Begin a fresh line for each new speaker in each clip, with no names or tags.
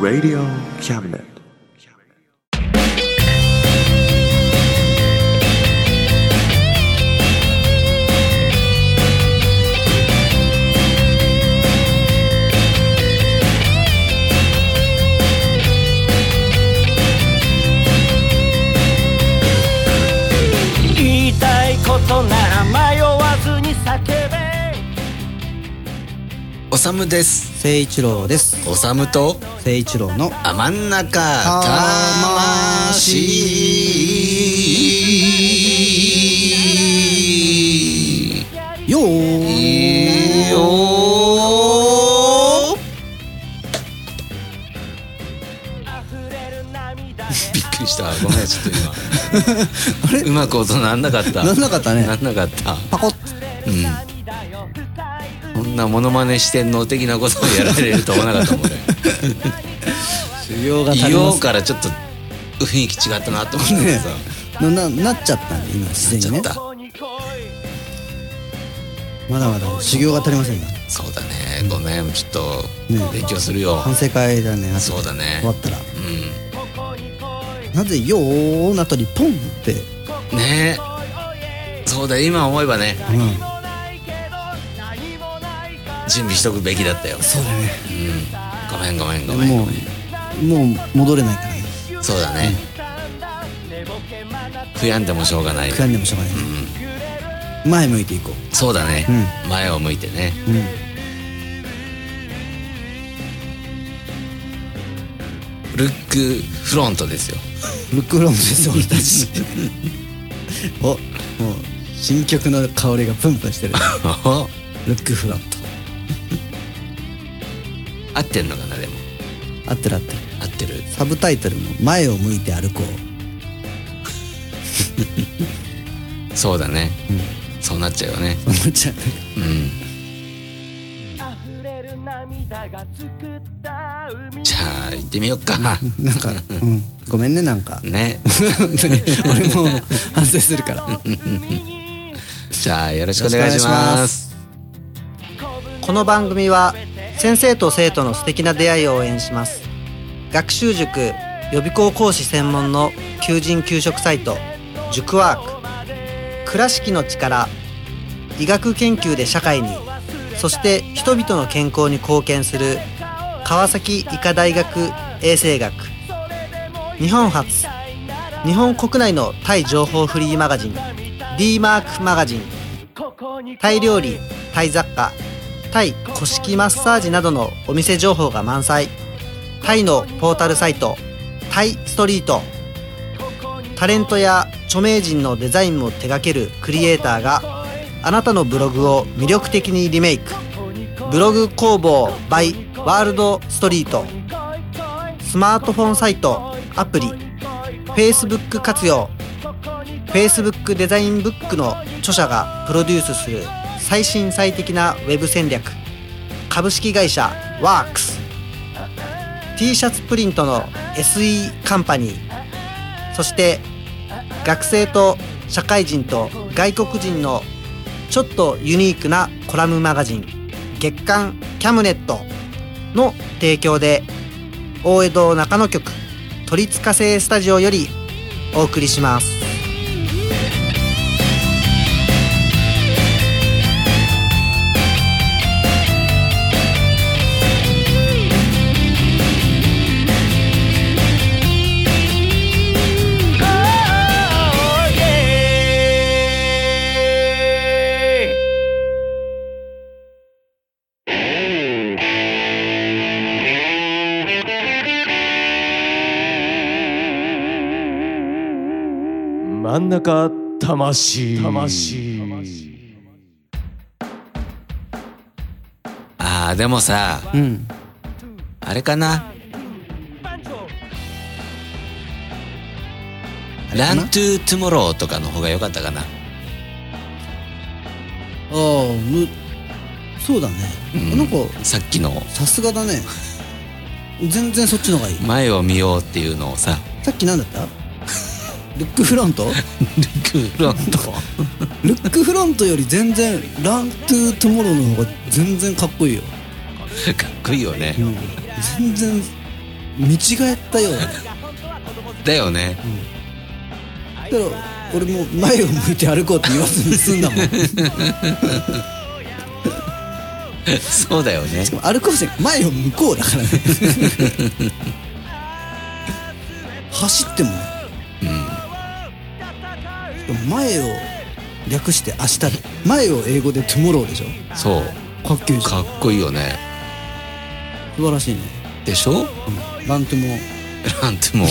Radio Cabinet.
言いたいことなら迷わずに叫べ
おさむです。
誠一郎です
おさむと、
誠一郎の
あまんなか、魂。
よー
溢れる涙で
びっくりした。ごめん、ちょっ と今。うまく音なんなかった。
なんなかったね
なんなかった。
パコッ
うん。
涙よ二人
こんなモノマネしてんの的なことをやられると思わなかったもんね。
修行が足りま
硫黄
す
からちょっと雰囲気違ったなと思ってさ。
なななっちゃったんで今自然にね
なっちゃっ
ここに来い
まだまだ修行が足りませんよ
そうだね。ごめん、ちょっと
ね
勉強するよ。
反省会だね
そうだね
終わ。った
う
ら
ここに来い
なぜ「よー」の後にポンって、
ここに来い
ん。ね
おいえい
そうだ、今思えばね、
うん、
もないけど何もないから
準備しとくべきだったよ。
そうだね
ごめんごめんごめん。
もうもう戻れないからね
そうだね。
寝ぼけまな
悔やんでもしょうがない。
悔やんでもしょうがない、前向いていこ
そうだね。
う
前を向いてね。
う、うん、
ルックフロントですよ。
ルックフロムです俺たちおもう新曲の香りがプンプンしてるルックフロント
合ってんのかな、でも。
合ってる合ってる
合ってる。
サブタイトルも「前を向いて歩こう
そうだね。そうなっちゃうよね。」
思っちゃう
うん。
溢れる涙が作った海
じゃあ、行ってみよっか。
なんか、うん、ごめんねなんか
ね。
俺も反省するからよ
じゃあ、よろしくお願いします。
この番組は先生と生徒の素敵な出会いを応援します学習塾予備校講師専門の求人・求職サイト塾ワーク倉敷の力医学研究で社会にそして人々の健康に貢献する川崎医科大学衛生学日本初日本国内のタイ情報フリーマガジン d マークマガジン
ここに来い
タイ料理タイ雑貨タイ古式マッサージなどのお店情報が満載タイのポータルサイトタイストリートタレントや著名人のデザインも手掛けるクリエイターがあなたのブログを魅力的にリメイクブログ工房 by ワールドストリートスマートフォンサイトアプリ Facebook 活用 Facebook デザインブックの著者がプロデュースする最新最適なウェブ戦略株式会社 WorksT シャツプリントの SE カンパニーそして学生と社会人と外国人のちょっとユニークなコラムマガジン月刊キャムネットの提供で大江戸中野局鳥塚製スタジオよりお送りします。
Oh, yeah.
真ん中魂魂
ああ、でもさ、
ん
あれかな。ラントゥートゥモローとかの方が良かったかな。
ああむそうだね、
うん
なんか
さっきの
さすがだね全然そっちの方がいい
前を見ようっていうのをさ、
さっき何だったルックフロント
ルック フロント。
ルックフロントより全然ラントゥートゥモローの方が全然かっこいいよ
かっこいいよね、
うん全然見違えたようだね
だよね
だから俺もう前を向いて歩こうって言わずに済んだもん
そうだよね
しかも歩こうじゃなくて前を向こう だからね走ってもねでも前を略して明日で前を英語でトゥモローでしょ
そう
かっけえじゃ
か
ん
っこいいよね
素晴らしいね、
でしょ
うん、バントも
なんてもう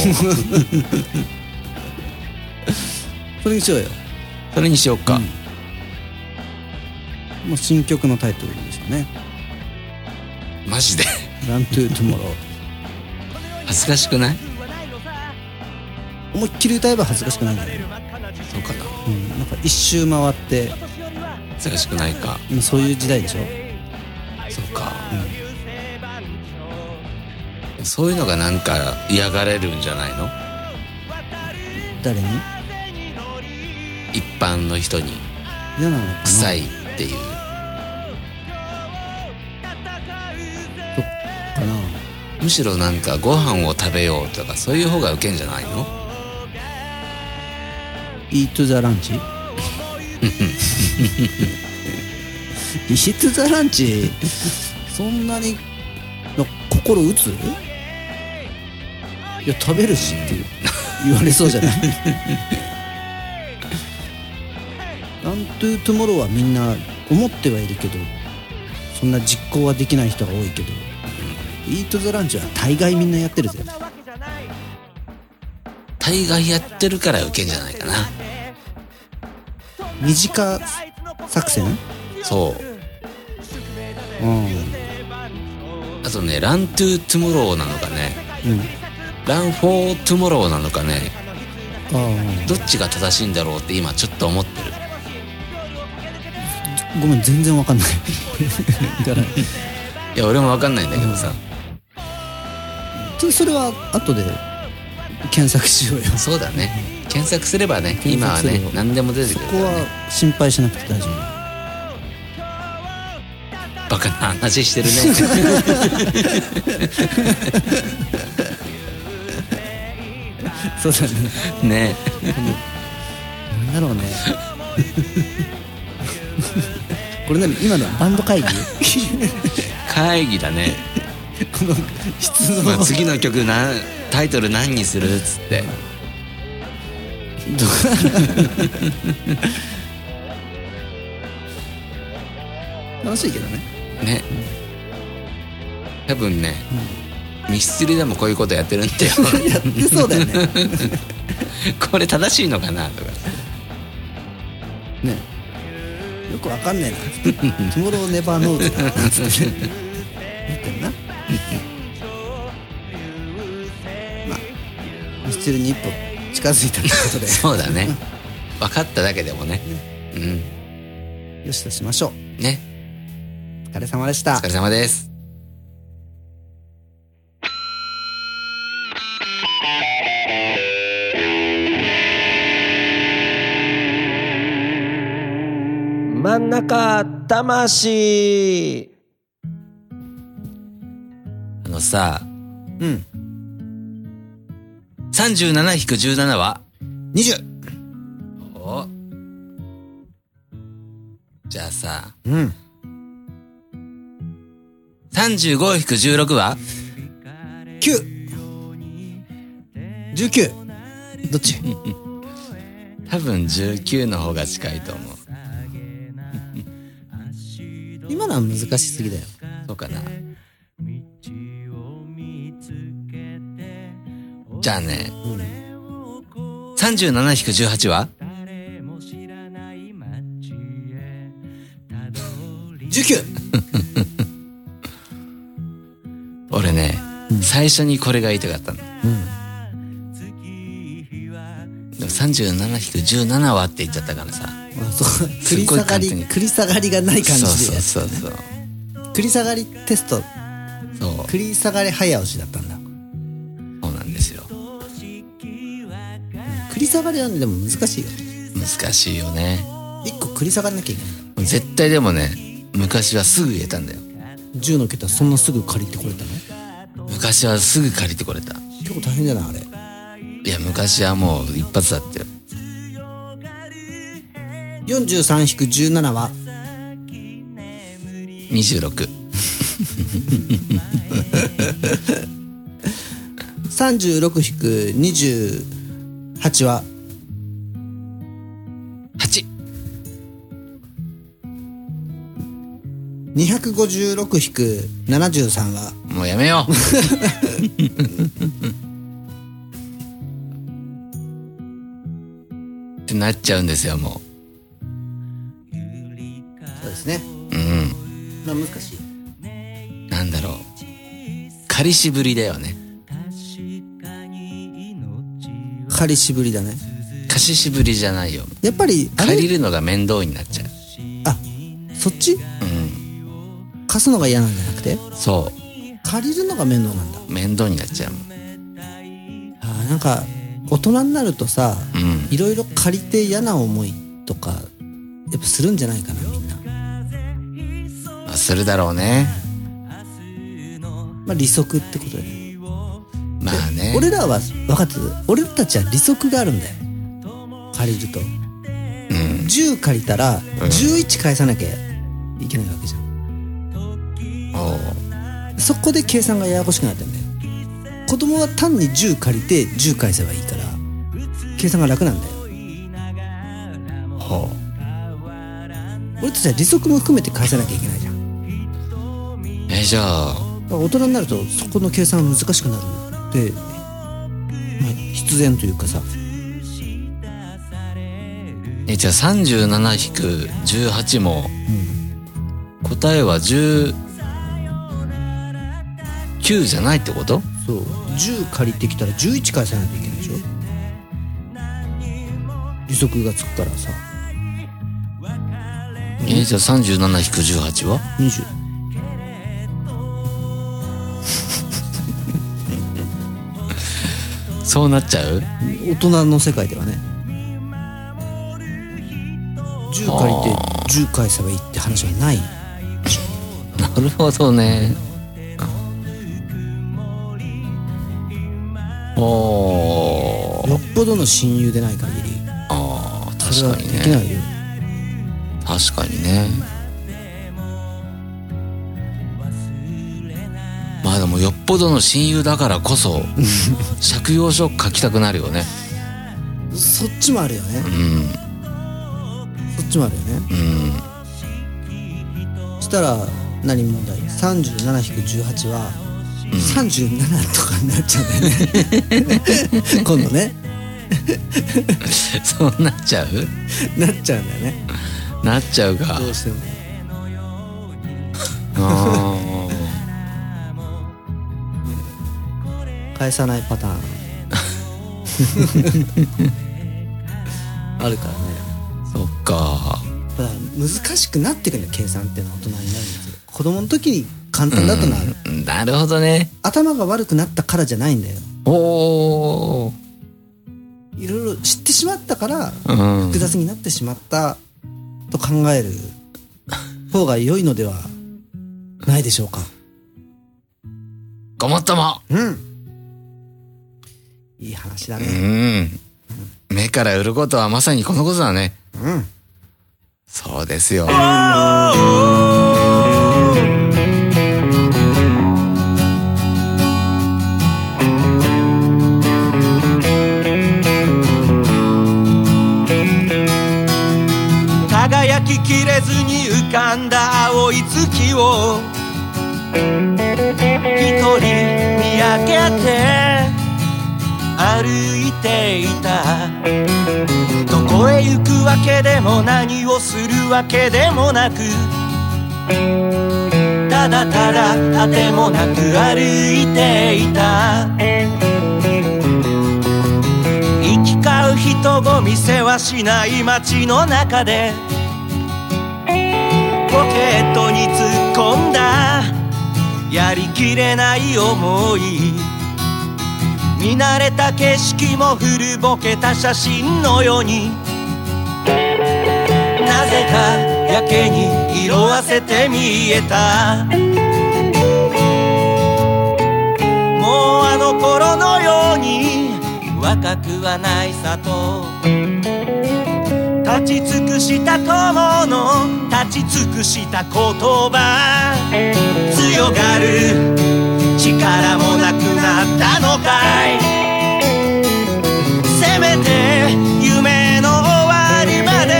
それにしようよ
それにしよっか、
もう新曲のタイトルでしょうね
マジで
「Run to Tomorrow
恥ずかしくない」
思いっきり歌えば恥ずかしくないんだよ、
そうかな
うん、なんか一周回って
恥ずかしくないか
今そういう時代でしょ
そうか、そういうのがなんか嫌がれるんじゃないの
誰に
一般の人に
嫌なのかな
臭いっていう
かな
むしろなんかご飯を食べようとかそういう方がウケんじゃないの
Eat the lunch? Eat the lunch? そんなにの心打ついや食べるしっていう言われそうじゃないなんというトゥモローはみんな思ってはいるけどそんな実行はできない人が多いけど「イート・ザ・ランチ」は大概みんなやってるぜ
大概やってるからウケんじゃないかな
身近作戦
そう
うん
あとね「ラントゥトゥモロー」なのかね
うん
「ランフォートゥモロー」なのかね
ああ
どっちが正しいんだろうって今ちょっと思ってる
ごめん全然わかんないだか
いや俺も分かんないんだけどさ、
らそれは後で検索しようよ
そうだね検索すればね
検
今
索
は
すれば
ね何でも出て
そ
くる
こ
から、ね、
は心配しなくて大丈
バカな話してるね
夫そうだね
ね
なんだろうねこれ何今のはバンド会議こ
会議だね、
の質の、
まあ、次の曲なタイトル何にするっつって
楽しいけどね
ね多分ね、ミスチルでもこういうことやってるんだよ
やってそうだよね
これ正しいのかな とか
ねよくわかんねえな「トゥモローネバーノーズ」だなつってね言ってんなまあミスチルに一歩近づいたってこと で
そうだね分かっただけでもねうん
よしとしましょう
ね
お疲れ様でし
お
た
疲れ様です
真ん中魂
あのさ
うん
37-17は
20
おじゃあさ
うん
35-16は
919どっち
多分19の方が近いと思う
今のは難しすぎだよ
そうかなじゃあね、37-18は
19
俺ね、最初にこれが言いたかったの、でも37-17はって言っちゃったからさ
あそう
す
繰
っ
り
ごい
下が
簡単
り
に
繰り下がりがない感じで
そうそうそう
繰り下がりテスト
そうそう
繰り下がり早押しだったんだ
そうなんですよ
繰り下がりはねでも難しいよ
難しいよね
一個繰り下がんなきゃいけない
絶対でもね昔はすぐ言えたんだよ
10の桁そんなすぐ借りてこれたの
昔はすぐ借りてこれた
結構大変じゃないあれ
いや昔はもう一発だって
43-17は
26
36-28は
8
256-73は
もうやめよう ってなっちゃうんですよも
そうですね
ううん
まあ難しい
なんだろう借りしぶりだよね
借りしぶりだね
貸ししぶりじゃないよ
やっぱりあ
借り
れ
るのが面倒になっちゃう
あそっち
うん
貸すのが嫌なんじゃなくて
そ
借りるのが面倒なんだ
う面倒になっちゃうもん
あーなんか大人になるとさ
うん
いろいろ借りて嫌な思いとかやっぱするんじゃないかなみんな、
まあするだろうね
まあ、利息ってことだよね
まあね
俺らは分かってる俺たちは利息があるんだよ借りると
うん
10借りたら11返さなきゃいけないわけじゃん
おう
そこで計算がややこしくなってんだよ子供は単に10借りて10返せばいいから計算が楽なんだよ
ほ
俺たちは利息も含めて返さなきゃいけないじゃん
うえじゃあ
だから大人になるとそこの計算は難しくなるで、まあ、必然というかさ
えじゃあ37引く18も、答えは19じゃないってこと
そう10借りてきたら11返さないといけないでしょ利息がつくからさ
えじゃあ37引く18は
20
そうなっちゃう
大人の世界ではね10借りて10返せばいいって話はない
なるほどねおー
よっぽどの親友でない限り
あ
そ
ー
れは
確か
で
に
きな
ね
いよ
確かにねまあでもよっぽどの親友だからこそ借用書書きたくなるよね
そっちもあるよね
うん
そっちもあるよね
うん
そしたら何問題37-18は37とかになっちゃうん だよね今度ね
そうなっちゃう
なっちゃうんだよね
なっちゃうか
どうしても
あ
返さないパターン あるからね
ーそっか
やっぱ難しくなってくるんだよ計算っていうのは大人になるんですよ子供の時に簡単だったのは、
うんなるほどね
頭が悪くなったからじゃないんだよ
おお
いろいろ知ってしまったから
うん
複雑になってしまったと考える方が良いのではないでしょうか
ごもっとも
うんいい話だ
う
ね
ん目から鱗とはまさにこのことだね
うん
そうですよ
輝ききれずに浮かんだ青い月を一人見上げて歩いていたどこへ行くわけでも何をするわけでもなくただただあてもなく歩いていた行き交う人混みせはしない街の中でポケットに突っ込んだやりきれない思い見慣れた景色も古ぼけた写真のようになぜかやけに色わせて見えたもうあの頃のように若くはないさと立ち尽くした小物立ち尽くした言葉強がる力もなくなったのかいせめて夢の終わりまで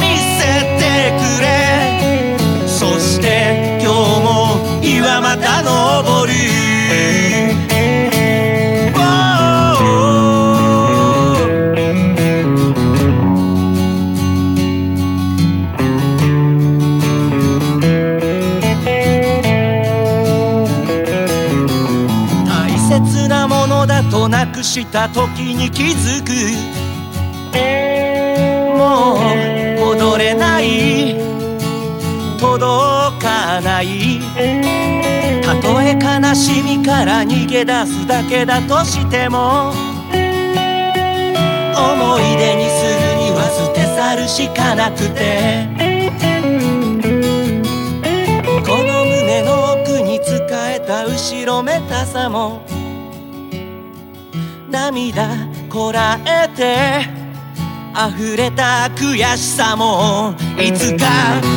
見せてくれそして今日も岩また登る Oh 大切なものだとなくした時に気づくもう戻れない届かないたとえ悲しみから逃げ出すだけだとしても思い出にするには捨て去るしかなくてこの胸の奥に使えた後ろめたさも涙こらえて溢れた悔しさもいつか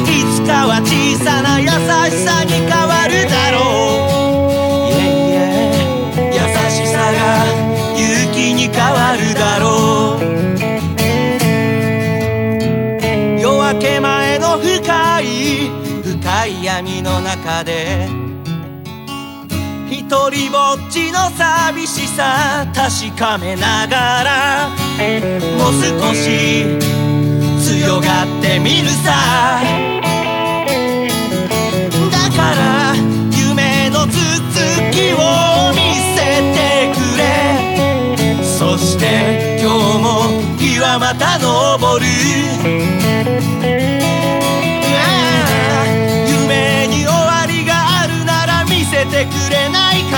いつかは小さな優しさに変わるだろういえいえ優しさが勇気に変わるだろう夜明け前の深い深い闇の中で一人ぼっちの寂しさ確かめながらもう少し強がってみるさだから夢の続きを見せてくれそして今日も日はまた昇る夢に終わりがあるなら見せてくれないか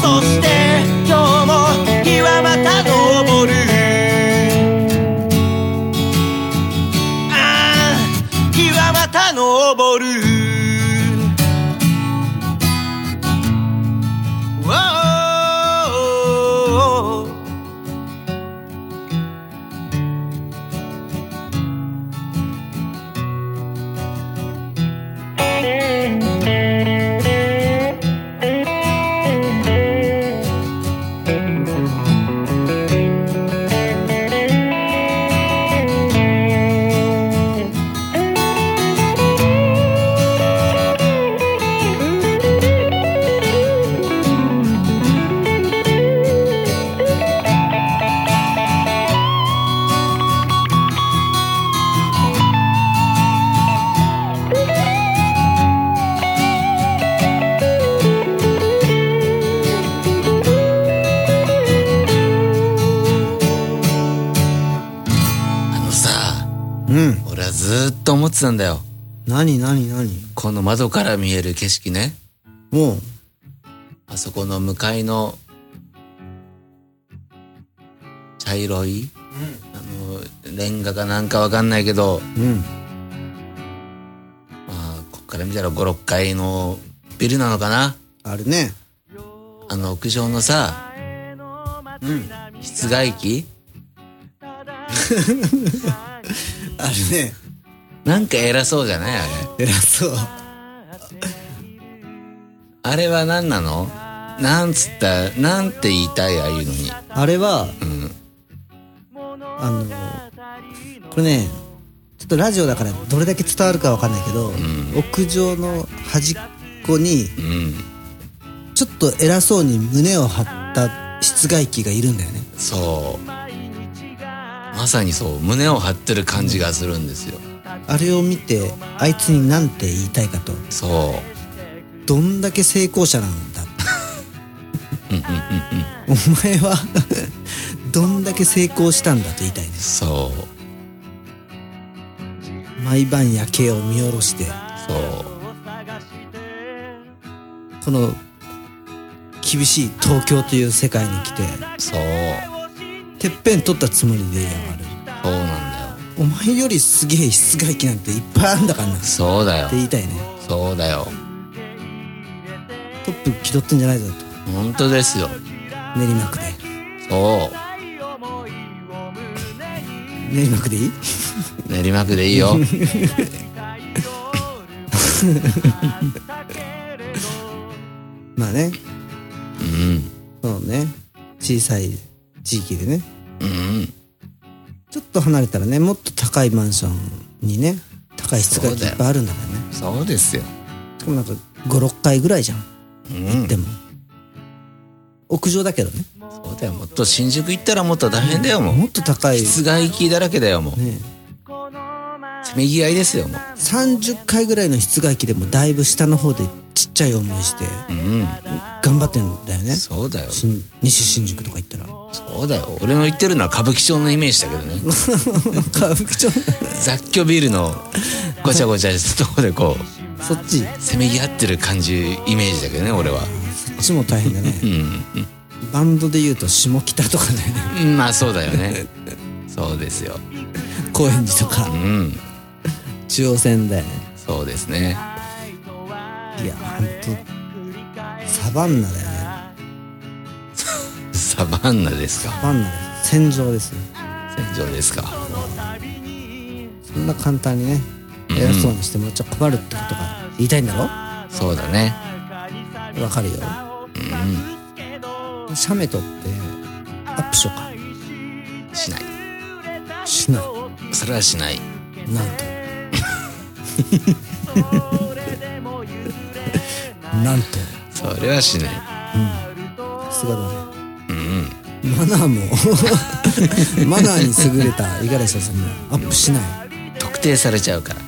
そして今日も日はまた昇るああ日はまた昇る Whoa.
あのさ、
うん
俺はずーっと思ってたんだよ。
何何何
この窓から見える景色ね。
もう
あそこの向かいの、茶色い、あの、レンガかなんかわかんないけど、
うん
まあ、こっから見たら5、6階のビルなのかな
あるね
あの屋上のさ、室外機
あるね
なんか偉そうじゃないあれ。
偉そう
あれは何なのなんつった、なんて言いたいああいうのに。
あれは
うん。
あのこれねちょっとラジオだからどれだけ伝わるかわかんないけど、屋上の端っこに
うん。
ちょっと偉そうに胸を張った室外機がいるんだよね
そう。まさにそう、胸を張ってる感じがするんですよ。
あれを見てあいつに何て言いたいかと
そう。
どんだけ成功者なんだお前 はどんだけ成功したんだと言いたいです
そう
毎晩夜景を見下ろして
そう
この厳しい東京という世界に来て
そう
てっぺん取ったつもりでやがる
そうなんだよ
お前よりすげえ室外機なんていっぱいあるんだからなって
そうだよ
言いたいね
そうだよ
トップ気取ってんじゃないぞ
本当ですよ
と練馬区で
そ
練馬区でい いう
練馬区でいいよ
まあね
うん
そうね小さい地域でね
うん
ちょっと離れたらねもっと高いマンションにね高い室外機いっぱいあるんだからね
そうですよ
しかもなんか56階ぐらいじゃん
うん
でも屋上だけどね
そうだよもっと新宿行ったらもっと大変だよもう
もっと高い
室外機だらけだよもう
ね
せめぎ合いですよも
30階ぐらいの室外機でもだいぶ下の方でちっちゃい思いして
ううん
頑張ってんだよね
そうだよ
新西新宿とか行ったら
そうだよ俺の言ってるのは歌舞伎町のイメージだけどね
歌舞伎町
雑居ビルのごちゃごちゃしたとこでこう
そっち
せめぎ合ってる感じイメージだけどね俺は
そっちも大変だね
うん
バンドで言うと下北とかね
うんまあそうだよねそうですよ
高円寺と
う
か
ん
中央線だよね
そうですね
いやほんとサバンナだよね
サバンナですか
サバンナだよ戦場ですよ
戦場ですか
そんな簡単にね偉そうにしてもらっちゃ困るってことが言いたいんだろ
そうだね
わかるよ。うん。シャメとって、アップしよう
しない
か。しない。
それはしない
なんと。 なんと。
それはしない
さすがだね。
うん
マナーも、 マナーに優れた五十嵐さんもアップしない。
特定されちゃうから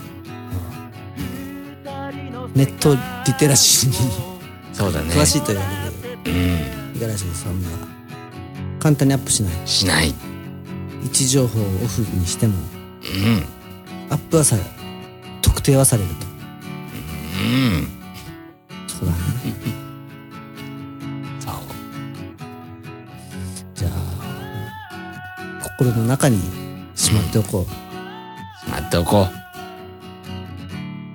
ネットリテラシーに
そうだね
詳しいというわけで、五十嵐さんは簡単にアップしない。
しない
位置情報をオフにしても、
うん
アップはされ特定はされるとうんそうだね
そう
じゃあ心の中にしまっておこう、
しまっておこ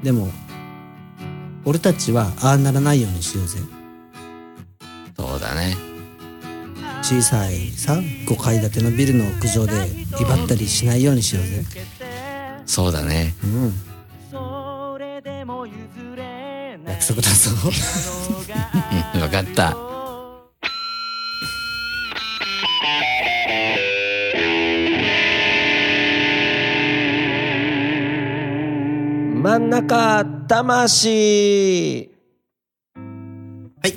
でも俺たちはああならないようにしようぜ
うそうだね
小さいさ5階建てのビルの屋上で威張ったりしないようにしようぜ
そうだね
うん約束だぞ
うんわかった
真ん中魂
はい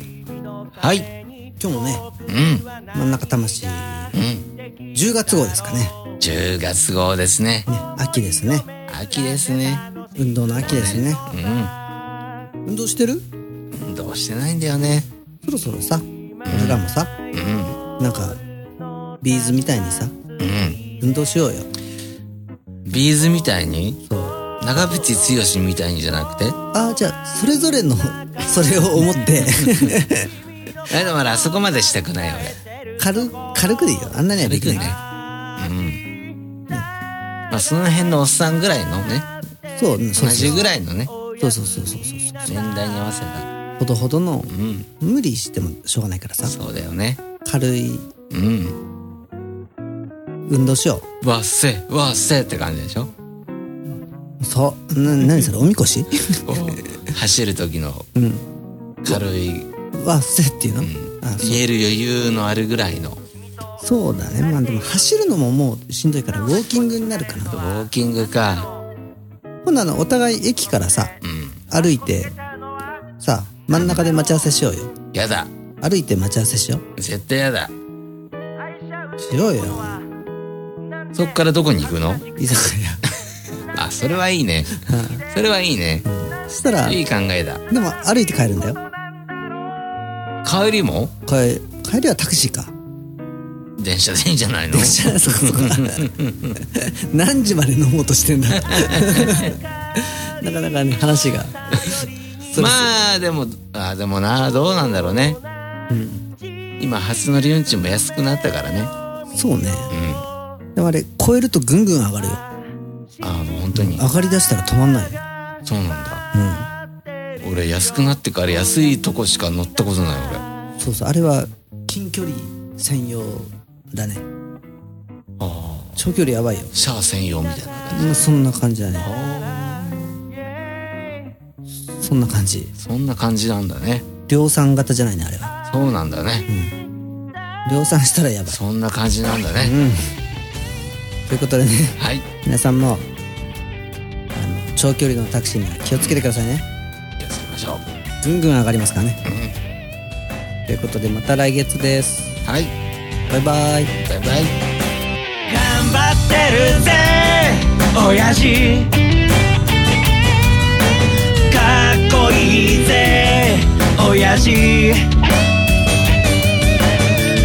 今日もね
うん
真ん中魂
うん
10月号ですかね
10月号ですね
ね秋ですね
秋ですね
運動の秋ですね
う
運動してる
んどうしてないんだよね
そろそろさ俺らもさ
うん
なんかビーズみたいにさ
うん
運動しようよ
ビーズみたいに
そう
長渕剛みたいにじゃなくて
ああじゃあそれぞ れのそれを思って
えでもまだあそこまでしたくない
軽軽くでいいよあんなには
俺
で
行
き
くね
ないか
うんまあその辺のおっさんぐらいのね
らそううんそ
同
うそ
じ
う
ぐらいのね
そうそうそうそうそうそう
年代に合わせた
ほどほどの
うん
無理してもしょうがないからさ
そうだよね
軽い
うん
運動しよ
わっせわっせって感じでしょ
うそうな何それおみこし
こう走る時の軽い、
わっせっていうの、
うん
あそう
言える余裕のあるぐらいのウ
そうだねまあでも走るのももうしんどいからウォーキングになるかな
ォーキングか
今度あのお互い駅からさ
うん
歩いてさ真ん中で待ち合わせしようよ
やだ
歩いて待ち合わせしよ
絶対やだ
うしようよ
そっからどこに行くの
居酒屋
あそれはいいねそれはいいね
そしたら
い
で
い考えだ
も歩いて帰るんだよ
帰りも
帰帰りはタクシーか
電車でいいんじゃないの
じゃあそこそこ何時まで飲もうとしてんだ なかなかね話が
まあでもあでもなどうなんだろうね、今初乗り運賃も安くなったからね
そうねでもあれ超えるとぐんぐん上がるよ
ああもう本当に
上がりだしたら止まんないよ
そうなんだ
う
俺安くなってから安いとこしか乗ったことない
んそうそうあれは近距離専用だね
俺ああ
長距離やばいよ
シャア専用みたいな感
まあそんな感じだねそんな感じ
じそんな感じなんだね
量産型じゃないねあれは
そうなんだね、
量産したらやばい
そんな感じなんだね、
ということでね
はい
皆さんもあの長距離のタクシーには気をつけてくださいね
気をつけましょう
ぐんぐん上がりますからね、ということでまた来月です
はい
バイバイ
バイバイ
頑張ってるぜ親父かっこいいぜ親父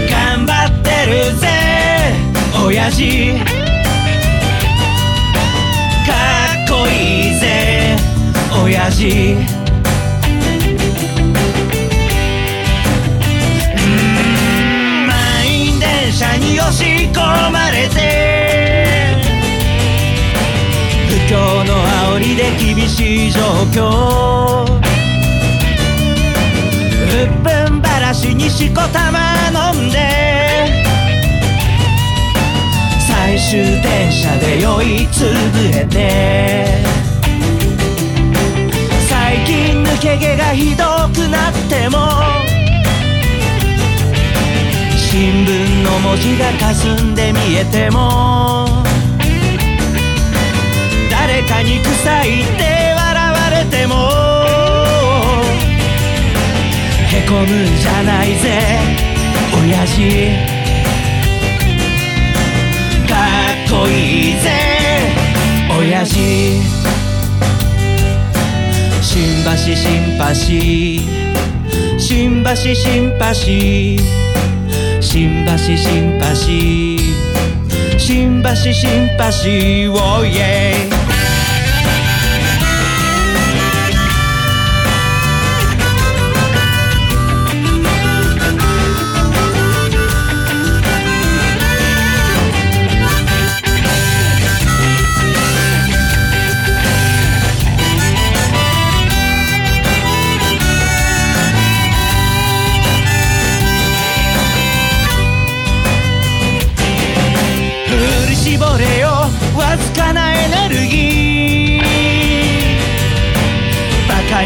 頑張ってるぜ親父かっこいいぜ親父満員電車に押し込まれて不況の煽りで厳しい状況うっぷんばらしにしこたま飲んで最終電車で酔いつぶれて最近抜け毛がひどくなっても新聞の文字が霞んで見えても誰かに臭いって笑われてもへこむんじゃないぜ親父かっこいいぜ親父新橋新橋新橋新橋新橋新橋新橋新橋をイエイ振り絞れよわずかなエネルギーバカ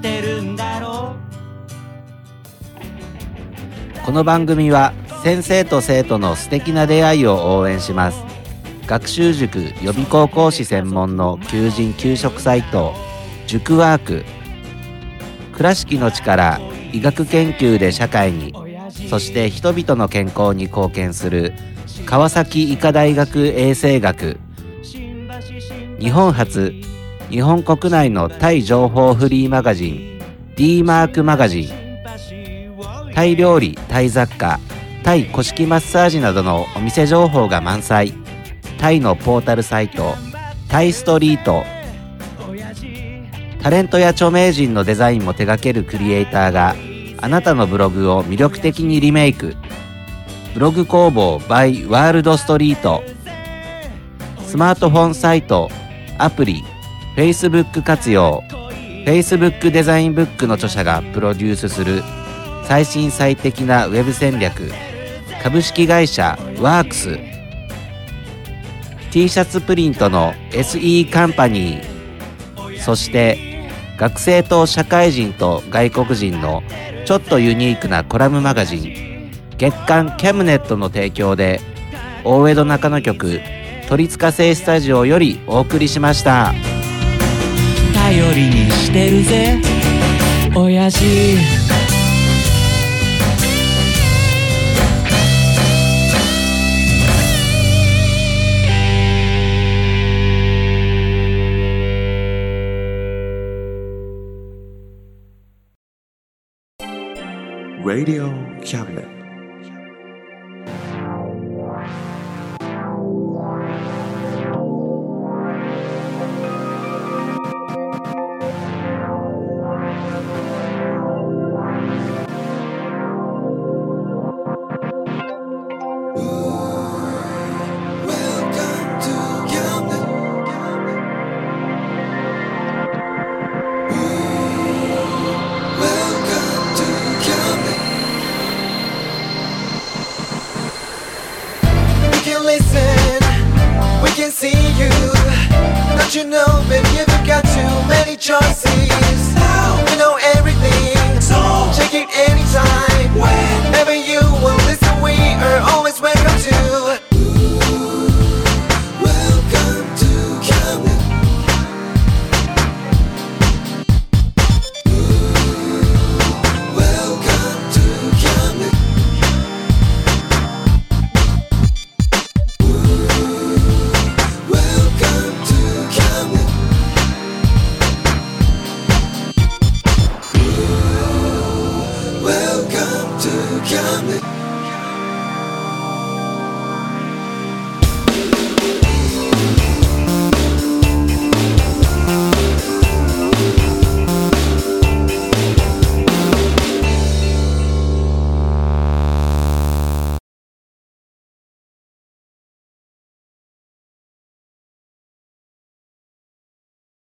てるんだろう
この番組は先生と生徒の素敵な出会いを応援します学習塾予備校講師専門の求人・給食サイト塾ワーク倉敷の力医学研究で社会にそして人々の健康に貢献する川崎医科大学衛生学日本初日本国内のタイ情報フリーマガジン D マークマガジンタイ料理、タイ雑貨、タイ古式マッサージなどのお店情報が満載。タイのポータルサイト、タイストリート。タレントや著名人のデザインも手掛けるクリエイターがあなたのブログを魅力的にリメイク。ブログ工房 by ワールドストリート。スマートフォンサイト、アプリ、Facebook 活用。Facebook デザインブックの著者がプロデュースする最新最適なウェブ戦略株式会社ワークス t シャツプリントの SE カンパニーそして学生と社会人と外国人のちょっとユニークなコラムマガジン月刊キャムネットの提供で大江戸中野局鳥塚製スタジオよりお送りしました。
頼りにしてるぜ親父
Radio Cabinet.
We can listen, we can see you. Don't you know, baby, you've got too many choices.